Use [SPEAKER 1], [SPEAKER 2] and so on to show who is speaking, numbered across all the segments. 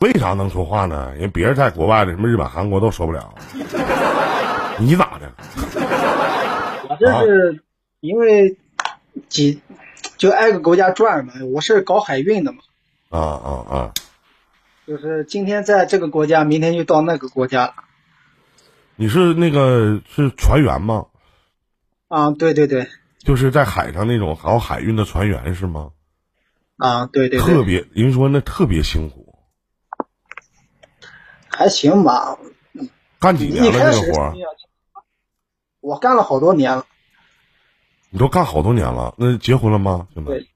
[SPEAKER 1] 为啥能说话呢？人别人在国外的，什么日本、韩国都说不 了，你咋的？
[SPEAKER 2] 我这是因为几就挨个国家转嘛，我是搞海运的嘛，
[SPEAKER 1] 啊啊啊！
[SPEAKER 2] 就是今天在这个国家，明天就到那个国家了。
[SPEAKER 1] 你是那个是船员吗？
[SPEAKER 2] 啊，对对对，
[SPEAKER 1] 就是在海上那种搞海运的船员是吗？
[SPEAKER 2] 啊，对对
[SPEAKER 1] 特
[SPEAKER 2] 对，
[SPEAKER 1] 别，人说那特别辛苦，
[SPEAKER 2] 还行吧。
[SPEAKER 1] 干几
[SPEAKER 2] 一
[SPEAKER 1] 年了
[SPEAKER 2] 开
[SPEAKER 1] 这
[SPEAKER 2] 始
[SPEAKER 1] 个活儿？
[SPEAKER 2] 我干了好多年了，
[SPEAKER 1] 你都干好多年了，那结婚了吗？兄弟
[SPEAKER 2] 对，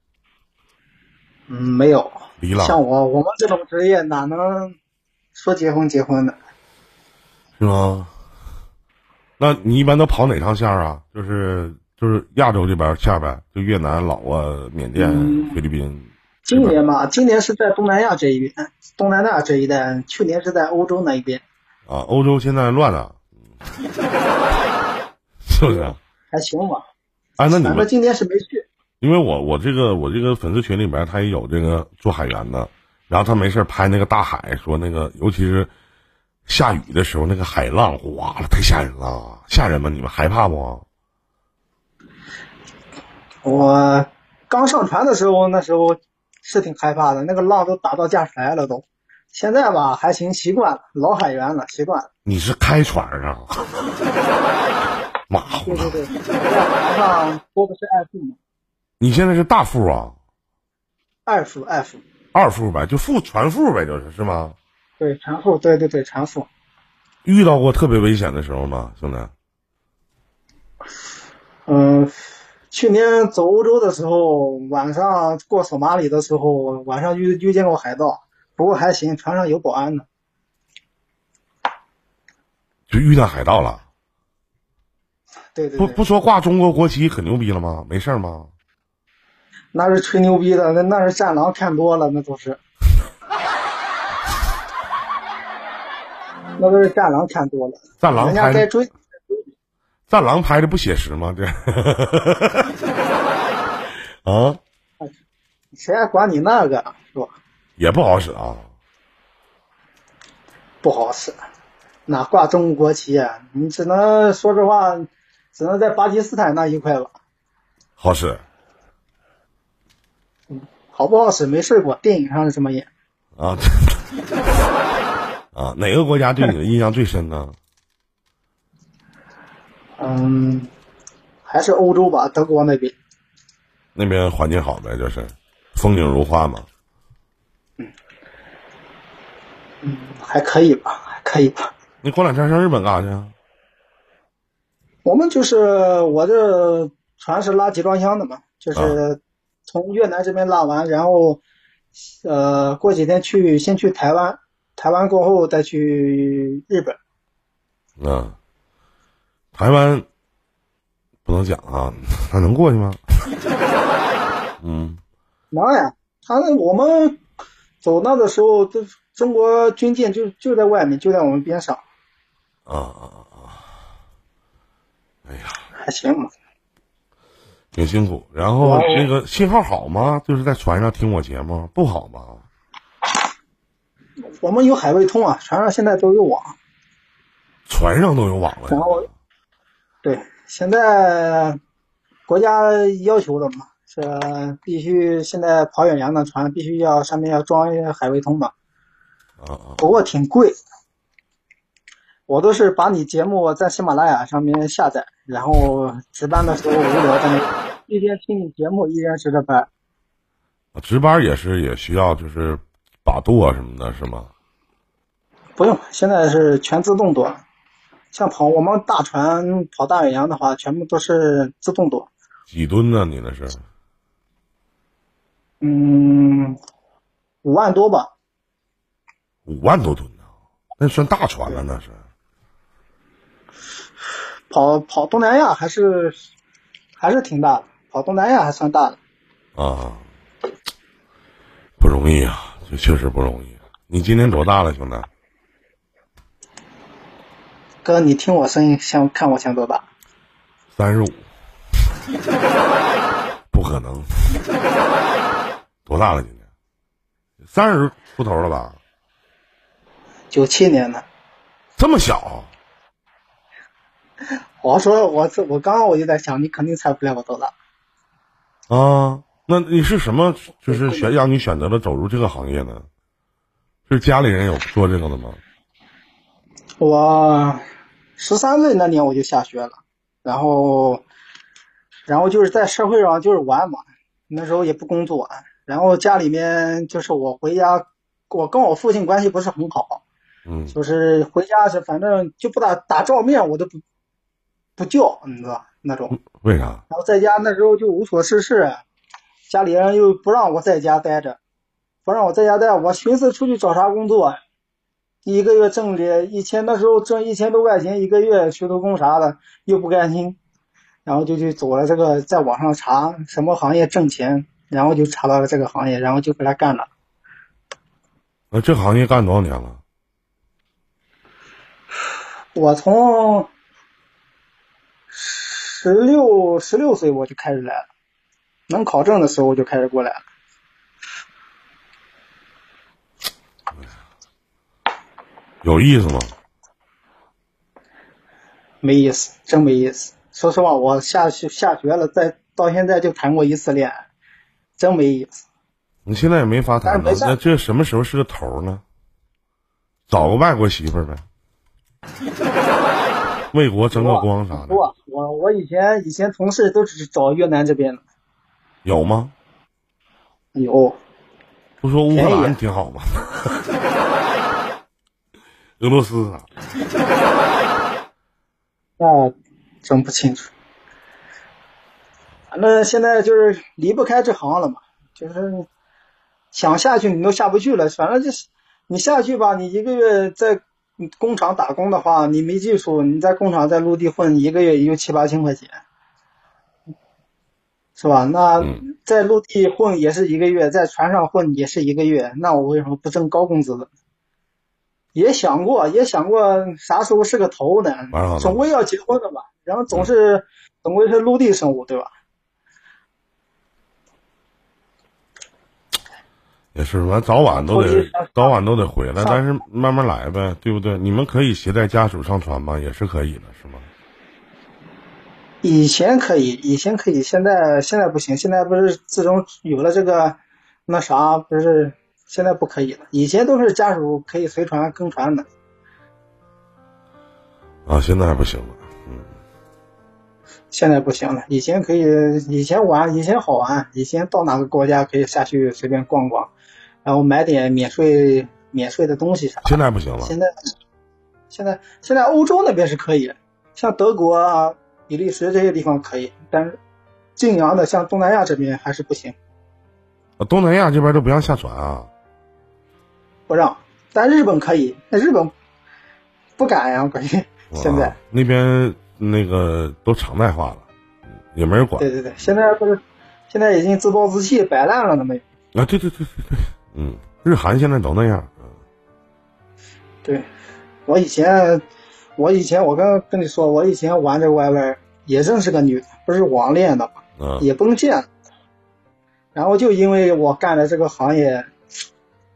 [SPEAKER 2] 嗯，没有。
[SPEAKER 1] 离了
[SPEAKER 2] 像我我们这种职业哪能说结婚结婚的？
[SPEAKER 1] 是吗？那你一般都跑哪趟线儿啊？就是就是亚洲这边儿线儿呗，就越南、老挝、缅甸、
[SPEAKER 2] 嗯
[SPEAKER 1] 菲律宾。
[SPEAKER 2] 今年嘛，今年是在东南亚这一边，东南亚这一带，去年是在欧洲那一边，
[SPEAKER 1] 啊，欧洲现在乱啊了，是不是？ 哎，
[SPEAKER 2] 还行吧。
[SPEAKER 1] 那你
[SPEAKER 2] 反正
[SPEAKER 1] 们，
[SPEAKER 2] 今年是没去。
[SPEAKER 1] 因为我我这个我这个粉丝群里边，他也有这个做海员的，然后他没事儿拍那个大海，说那个尤其是下雨的时候，那个海浪哗啦，太吓人了，吓人吗？你们害怕不？
[SPEAKER 2] 我刚上船的时候，那时候是挺害怕的，那个浪都打到驾驶台了都。现在吧还行，习惯了，老海员了，习惯了。
[SPEAKER 1] 你是开船啊？ 马虎
[SPEAKER 2] 对
[SPEAKER 1] 了
[SPEAKER 2] 对！对，在船上播的是爱富嘛，
[SPEAKER 1] 你现在是大副啊，
[SPEAKER 2] 二副二副，
[SPEAKER 1] 二副呗，就副船副呗，就是是吗？
[SPEAKER 2] 对船副，对对对船副。
[SPEAKER 1] 遇到过特别危险的时候吗，兄弟？
[SPEAKER 2] 嗯，去年走欧洲的时候，晚上过索马里的时候，晚上遇遇见过海盗，不过还行，船上有保安的。
[SPEAKER 1] 就遇到海盗了。
[SPEAKER 2] 对对
[SPEAKER 1] 不
[SPEAKER 2] 对，
[SPEAKER 1] 不说挂中国国旗可牛逼了吗？没事儿吗？
[SPEAKER 2] 那是吹牛逼的，那那是战狼看多了，那都是。那都是战狼看多了，
[SPEAKER 1] 战狼
[SPEAKER 2] 人家
[SPEAKER 1] 拍
[SPEAKER 2] 该
[SPEAKER 1] 的，
[SPEAKER 2] 追。
[SPEAKER 1] 战狼拍的不写实吗？这 啊，
[SPEAKER 2] 谁还管你那个是吧？
[SPEAKER 1] 也不好使啊。
[SPEAKER 2] 不好使，哪挂中国旗啊？你只能说实话，只能在巴基斯坦那一块了。
[SPEAKER 1] 好使
[SPEAKER 2] 好不好使没试过，电影上是这么演。
[SPEAKER 1] 啊 啊！哪个国家对你的印象最深呢？
[SPEAKER 2] 嗯，还是欧洲吧，德国那边。
[SPEAKER 1] 那边环境好呗，就是风景如画嘛。
[SPEAKER 2] 嗯，还可以吧，还可以吧。
[SPEAKER 1] 你过两天上日本干啥去啊？
[SPEAKER 2] 我们就是我这船是拉集装箱的嘛，就是从越南这边拉完，然后呃过几天去先去台湾，台湾过后再去日本。
[SPEAKER 1] 啊，台湾不能讲啊，那能过去吗？ 嗯，
[SPEAKER 2] 妈呀，他那我们走那的时候，都中国军舰就就在外面，就在我们边上，
[SPEAKER 1] 啊啊啊啊！哎呀，
[SPEAKER 2] 还行嘛。
[SPEAKER 1] 挺辛苦。然后
[SPEAKER 2] 哇哦
[SPEAKER 1] 那个信号好吗？就是在船上听我节目不好吗？
[SPEAKER 2] 我们有海卫通啊，船上现在都有网。
[SPEAKER 1] 船上都有网了。
[SPEAKER 2] 然后对，现在国家要求了嘛，是必须现在跑远洋的船必须要上面要装一个海卫通嘛，
[SPEAKER 1] 啊啊！
[SPEAKER 2] 不过挺贵。我都是把你节目在喜马拉雅上面下载，然后值班的时候无聊在那一边听你节目，一边值着班。
[SPEAKER 1] 啊值班也是也需要就是把舵啊什么的，是吗？
[SPEAKER 2] 不用，现在是全自动舵。像跑我们大船跑大远洋的话，全部都是自动舵。
[SPEAKER 1] 几吨呢？你那是
[SPEAKER 2] 嗯，五万多吧，
[SPEAKER 1] 五万多吨呢、那算大船了，那是。
[SPEAKER 2] 跑跑东南亚还是还是挺大的，跑东南亚还算大的。
[SPEAKER 1] 啊，不容易啊，这确实不容易。啊你今年多大了，兄弟？
[SPEAKER 2] 哥，你听我声音像看我像多大？
[SPEAKER 1] 三十五？不可能。多大了？今年三十出头了吧？
[SPEAKER 2] 九七年的。
[SPEAKER 1] 这么小？
[SPEAKER 2] 我说我这我刚刚我就在想，你肯定猜不了我多大。
[SPEAKER 1] 啊，那你是什么？就是选让你选择了走入这个行业呢？是家里人有说这个的吗？
[SPEAKER 2] 我十三岁那年我就下学了，然后，然后就是在社会上就是玩嘛，那时候也不工作，啊然后家里面就是我回家，我跟我父亲关系不是很好，啊
[SPEAKER 1] 嗯，
[SPEAKER 2] 就是回家是反正就不打打照面我都不不叫，你知道吧那种。
[SPEAKER 1] 为啥？
[SPEAKER 2] 然后在家那时候就无所事事，家里人又不让我在家待着，不让我在家待，我寻思出去找啥工作，啊一个月挣的一千，那时候挣一千多块钱一个月，学徒工啥的又不甘心，然后就去走了这个，在网上查什么行业挣钱，然后就查到了这个行业，然后就给他干了。
[SPEAKER 1] 那这行业干多少年了？
[SPEAKER 2] 我从十六十六岁我就开始来了，能考证的时候我就开始过来了。
[SPEAKER 1] 有意思吗？
[SPEAKER 2] 没意思，真没意思。说实话，我下学下学了，再到现在就谈过一次恋爱，真没意思。
[SPEAKER 1] 你现在也没法谈
[SPEAKER 2] 哎
[SPEAKER 1] 呢
[SPEAKER 2] 没，事
[SPEAKER 1] 那这什么时候是个头儿呢？找个外国媳妇儿 呗，为国争个光啥的，
[SPEAKER 2] 我我我以前以前同事都是找越南这边的，哎
[SPEAKER 1] 有吗？
[SPEAKER 2] 有
[SPEAKER 1] 不说乌克
[SPEAKER 2] 便宜
[SPEAKER 1] 兰
[SPEAKER 2] 啊
[SPEAKER 1] 挺好吗？ 俄罗斯啊，
[SPEAKER 2] 那真不清楚。反正现在就是离不开这行了嘛，就是想下去你都下不去了。反正就是你下去吧，你一个月在工厂打工的话，你没技术，你在工厂在陆地混一个月也就七八千块钱，是吧？那
[SPEAKER 1] 嗯
[SPEAKER 2] 在陆地混也是一个月，在船上混也是一个月，那我为什么不挣高工资呢？也想过，也想过啥时候是个头呢
[SPEAKER 1] 蛮好的？嗯
[SPEAKER 2] 总归要结婚的嘛。然后总是、总归是陆地生活，对吧？
[SPEAKER 1] 也是，完早晚都
[SPEAKER 2] 我就
[SPEAKER 1] 得
[SPEAKER 2] 想
[SPEAKER 1] 早晚都得回来，
[SPEAKER 2] 上
[SPEAKER 1] 但是慢慢来呗，对不对？你们可以携带家属上船吗？也是可以的，是吗？
[SPEAKER 2] 以前可以，以前可以，现在现在不行。现在不是自从有了这个那啥，不是现在不可以了。以前都是家属可以随船跟船的，
[SPEAKER 1] 啊，现在不行了，嗯，
[SPEAKER 2] 现在不行了。以前可以，以前玩，以前好玩，以前到哪个国家可以下去随便逛逛，然后买点免税免税的东西啥的。
[SPEAKER 1] 现在不行了，
[SPEAKER 2] 现在现在现在欧洲那边是可以，像德国啊、比利时这些地方可以，但是晋阳的像东南亚这边还是不行。
[SPEAKER 1] 啊东南亚这边都不让下船啊，
[SPEAKER 2] 不让，但日本可以，那日本不敢呀，关键
[SPEAKER 1] 啊
[SPEAKER 2] 现在，
[SPEAKER 1] 那边那个都常态化了，嗯也没人管
[SPEAKER 2] 对对对，现在不是，现在已经自暴自弃、摆烂了，那么
[SPEAKER 1] 啊。对对对对对，嗯，日韩现在都那样，嗯
[SPEAKER 2] 对，我以前，我以前我刚刚跟你说，我以前玩这 YY 也认识个女的，不是网恋的嘛，
[SPEAKER 1] 啊
[SPEAKER 2] 也崩线了，然后就因为我干的这个行业，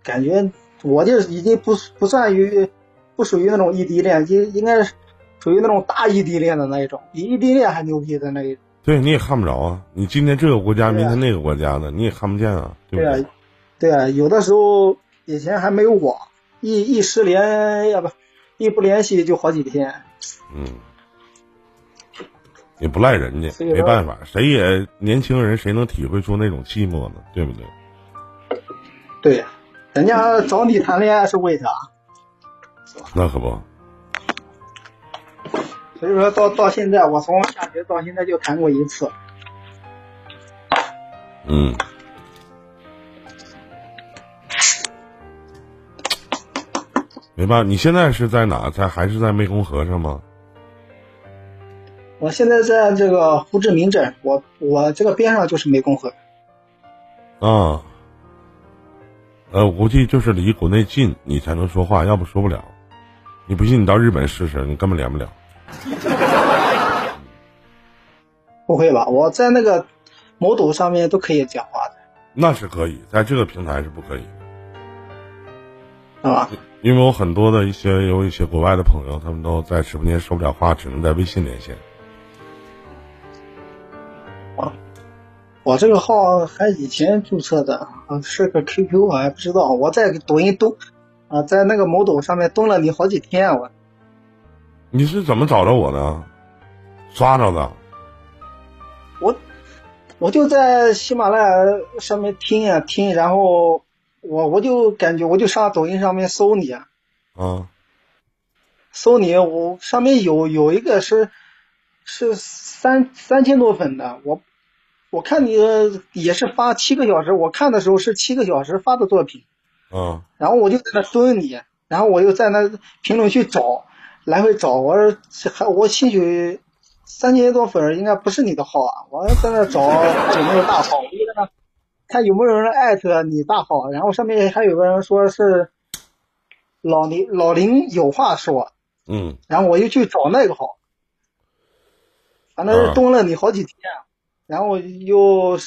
[SPEAKER 2] 感觉我就已经不不算于不属于那种异地恋，应应该是属于那种大异地恋的那一种，比异地恋还牛逼的那一种。
[SPEAKER 1] 对，你也看不着啊。你今天这个国家，
[SPEAKER 2] 对啊
[SPEAKER 1] 明天那个国家的，你也看不见啊，对不
[SPEAKER 2] 对啊
[SPEAKER 1] 对？，
[SPEAKER 2] 对啊，有的时候以前还没有网，一一失联要不一不联系就好几天。
[SPEAKER 1] 嗯，也不赖人家，
[SPEAKER 2] 所以说
[SPEAKER 1] 没办法，谁也年轻人，谁能体会出那种寂寞呢？对不对？
[SPEAKER 2] 对呀、人家找你谈恋爱是为啥？
[SPEAKER 1] 那可不，
[SPEAKER 2] 所以说到到现在，我从下学到现在就谈过一次，
[SPEAKER 1] 嗯，没办法。你现在是在哪？在还是在湄公河上吗？
[SPEAKER 2] 我现在在这个胡志明镇，我我这个边上就是湄公河。
[SPEAKER 1] 啊，呃，我估计就是离国内近，你才能说话，要不说不了。你不信，你到日本试试，你根本连不了。
[SPEAKER 2] 不会吧？我在那个某抖上面都可以讲话的。
[SPEAKER 1] 那是可以，在这个平台是不可以。
[SPEAKER 2] 吧？
[SPEAKER 1] 因为我很多的一些有一些国外的朋友，他们都在直播间说不了话，只能在微信连线。
[SPEAKER 2] 我这个号还以前注册的，啊，是个 QQ，我还不知道。我在抖音蹲，啊，在那个某抖上面蹲了你好几天，啊我
[SPEAKER 1] 你是怎么找着我的？抓着的？
[SPEAKER 2] 我我就在喜马拉雅上面听呀、听，然后我我就感觉我就上抖音上面搜你，啊，
[SPEAKER 1] 啊
[SPEAKER 2] 搜你，我上面有有一个是是三三千多粉的，我我看你也是发七个小时，我看的时候是七个小时发的作品，
[SPEAKER 1] 啊
[SPEAKER 2] 然后我就在那蹲你，然后我又在那评论区找，来回找，我说这还我兴许三千多粉儿应该不是你的号啊，我在那找有没有大号，我就在那看有没有人艾特你大号，然后上面还有个人说是老林老林有话说，
[SPEAKER 1] 嗯
[SPEAKER 2] 然后我又去找那个号，反正
[SPEAKER 1] 啊
[SPEAKER 2] 是蹲了你好几天，啊然后又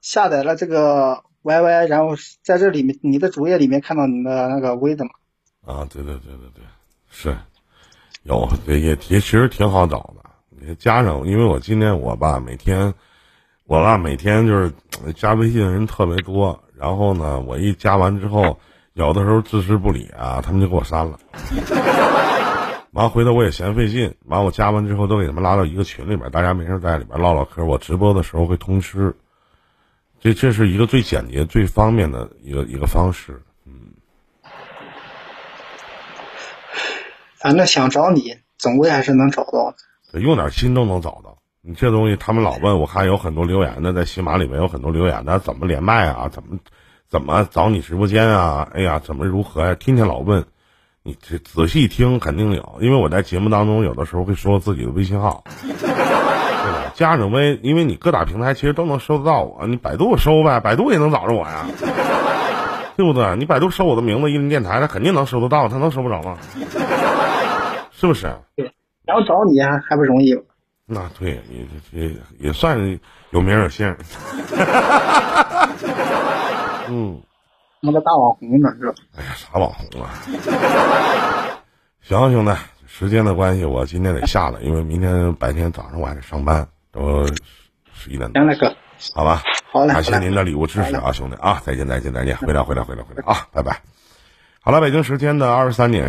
[SPEAKER 2] 下载了这个 YY，然后在这里面你的主页里面看到你的那个微的嘛，
[SPEAKER 1] 啊，对对对对对，是有对也也其实挺好找的。也加上，因为我今天我吧每天我吧每天就是呃加微信的人特别多，然后呢我一加完之后，有的时候置之不理啊，他们就给我删了。 完回头我也嫌费劲，完我加完之后都给他们拉到一个群里边，大家没事在里边唠唠嗑。我直播的时候会通知，这这是一个最简洁、最方便的一个一个方式。
[SPEAKER 2] 反正想找你，总归还是能找到的。
[SPEAKER 1] 对用点心都能找到。你这东西，他们老问，我看有很多留言的，在喜马里面有很多留言的，怎么连麦啊？怎么怎么找你直播间啊？哎呀，怎么如何呀、天天老问，你这仔细听肯定有，因为我在节目当中有的时候会说自己的微信号， 对吧？加上微，因为你各大平台其实都能收得到我，你百度搜呗，百度也能找着我呀， 对不对？你百度搜我的名字“一林电台”，他肯定能搜得到，他能搜不着吗？ 是不是？
[SPEAKER 2] 然后找你还还不容易吗？
[SPEAKER 1] 那对你这这也算是有名有姓儿。嗯，
[SPEAKER 2] 那个大网红呢是吧？
[SPEAKER 1] 哎呀，啥网红啊？行，兄弟，时间的关系，我今天得下了，因为明天白天早上我还得上班，都十一点多，
[SPEAKER 2] 行了哥，
[SPEAKER 1] 好吧？
[SPEAKER 2] 好嘞，
[SPEAKER 1] 感谢
[SPEAKER 2] 好嘞
[SPEAKER 1] 您的礼物支持啊，兄弟啊！再见，再见，再见！回来，回来，回来，回来啊！拜拜。好了，北京时间的二十三点。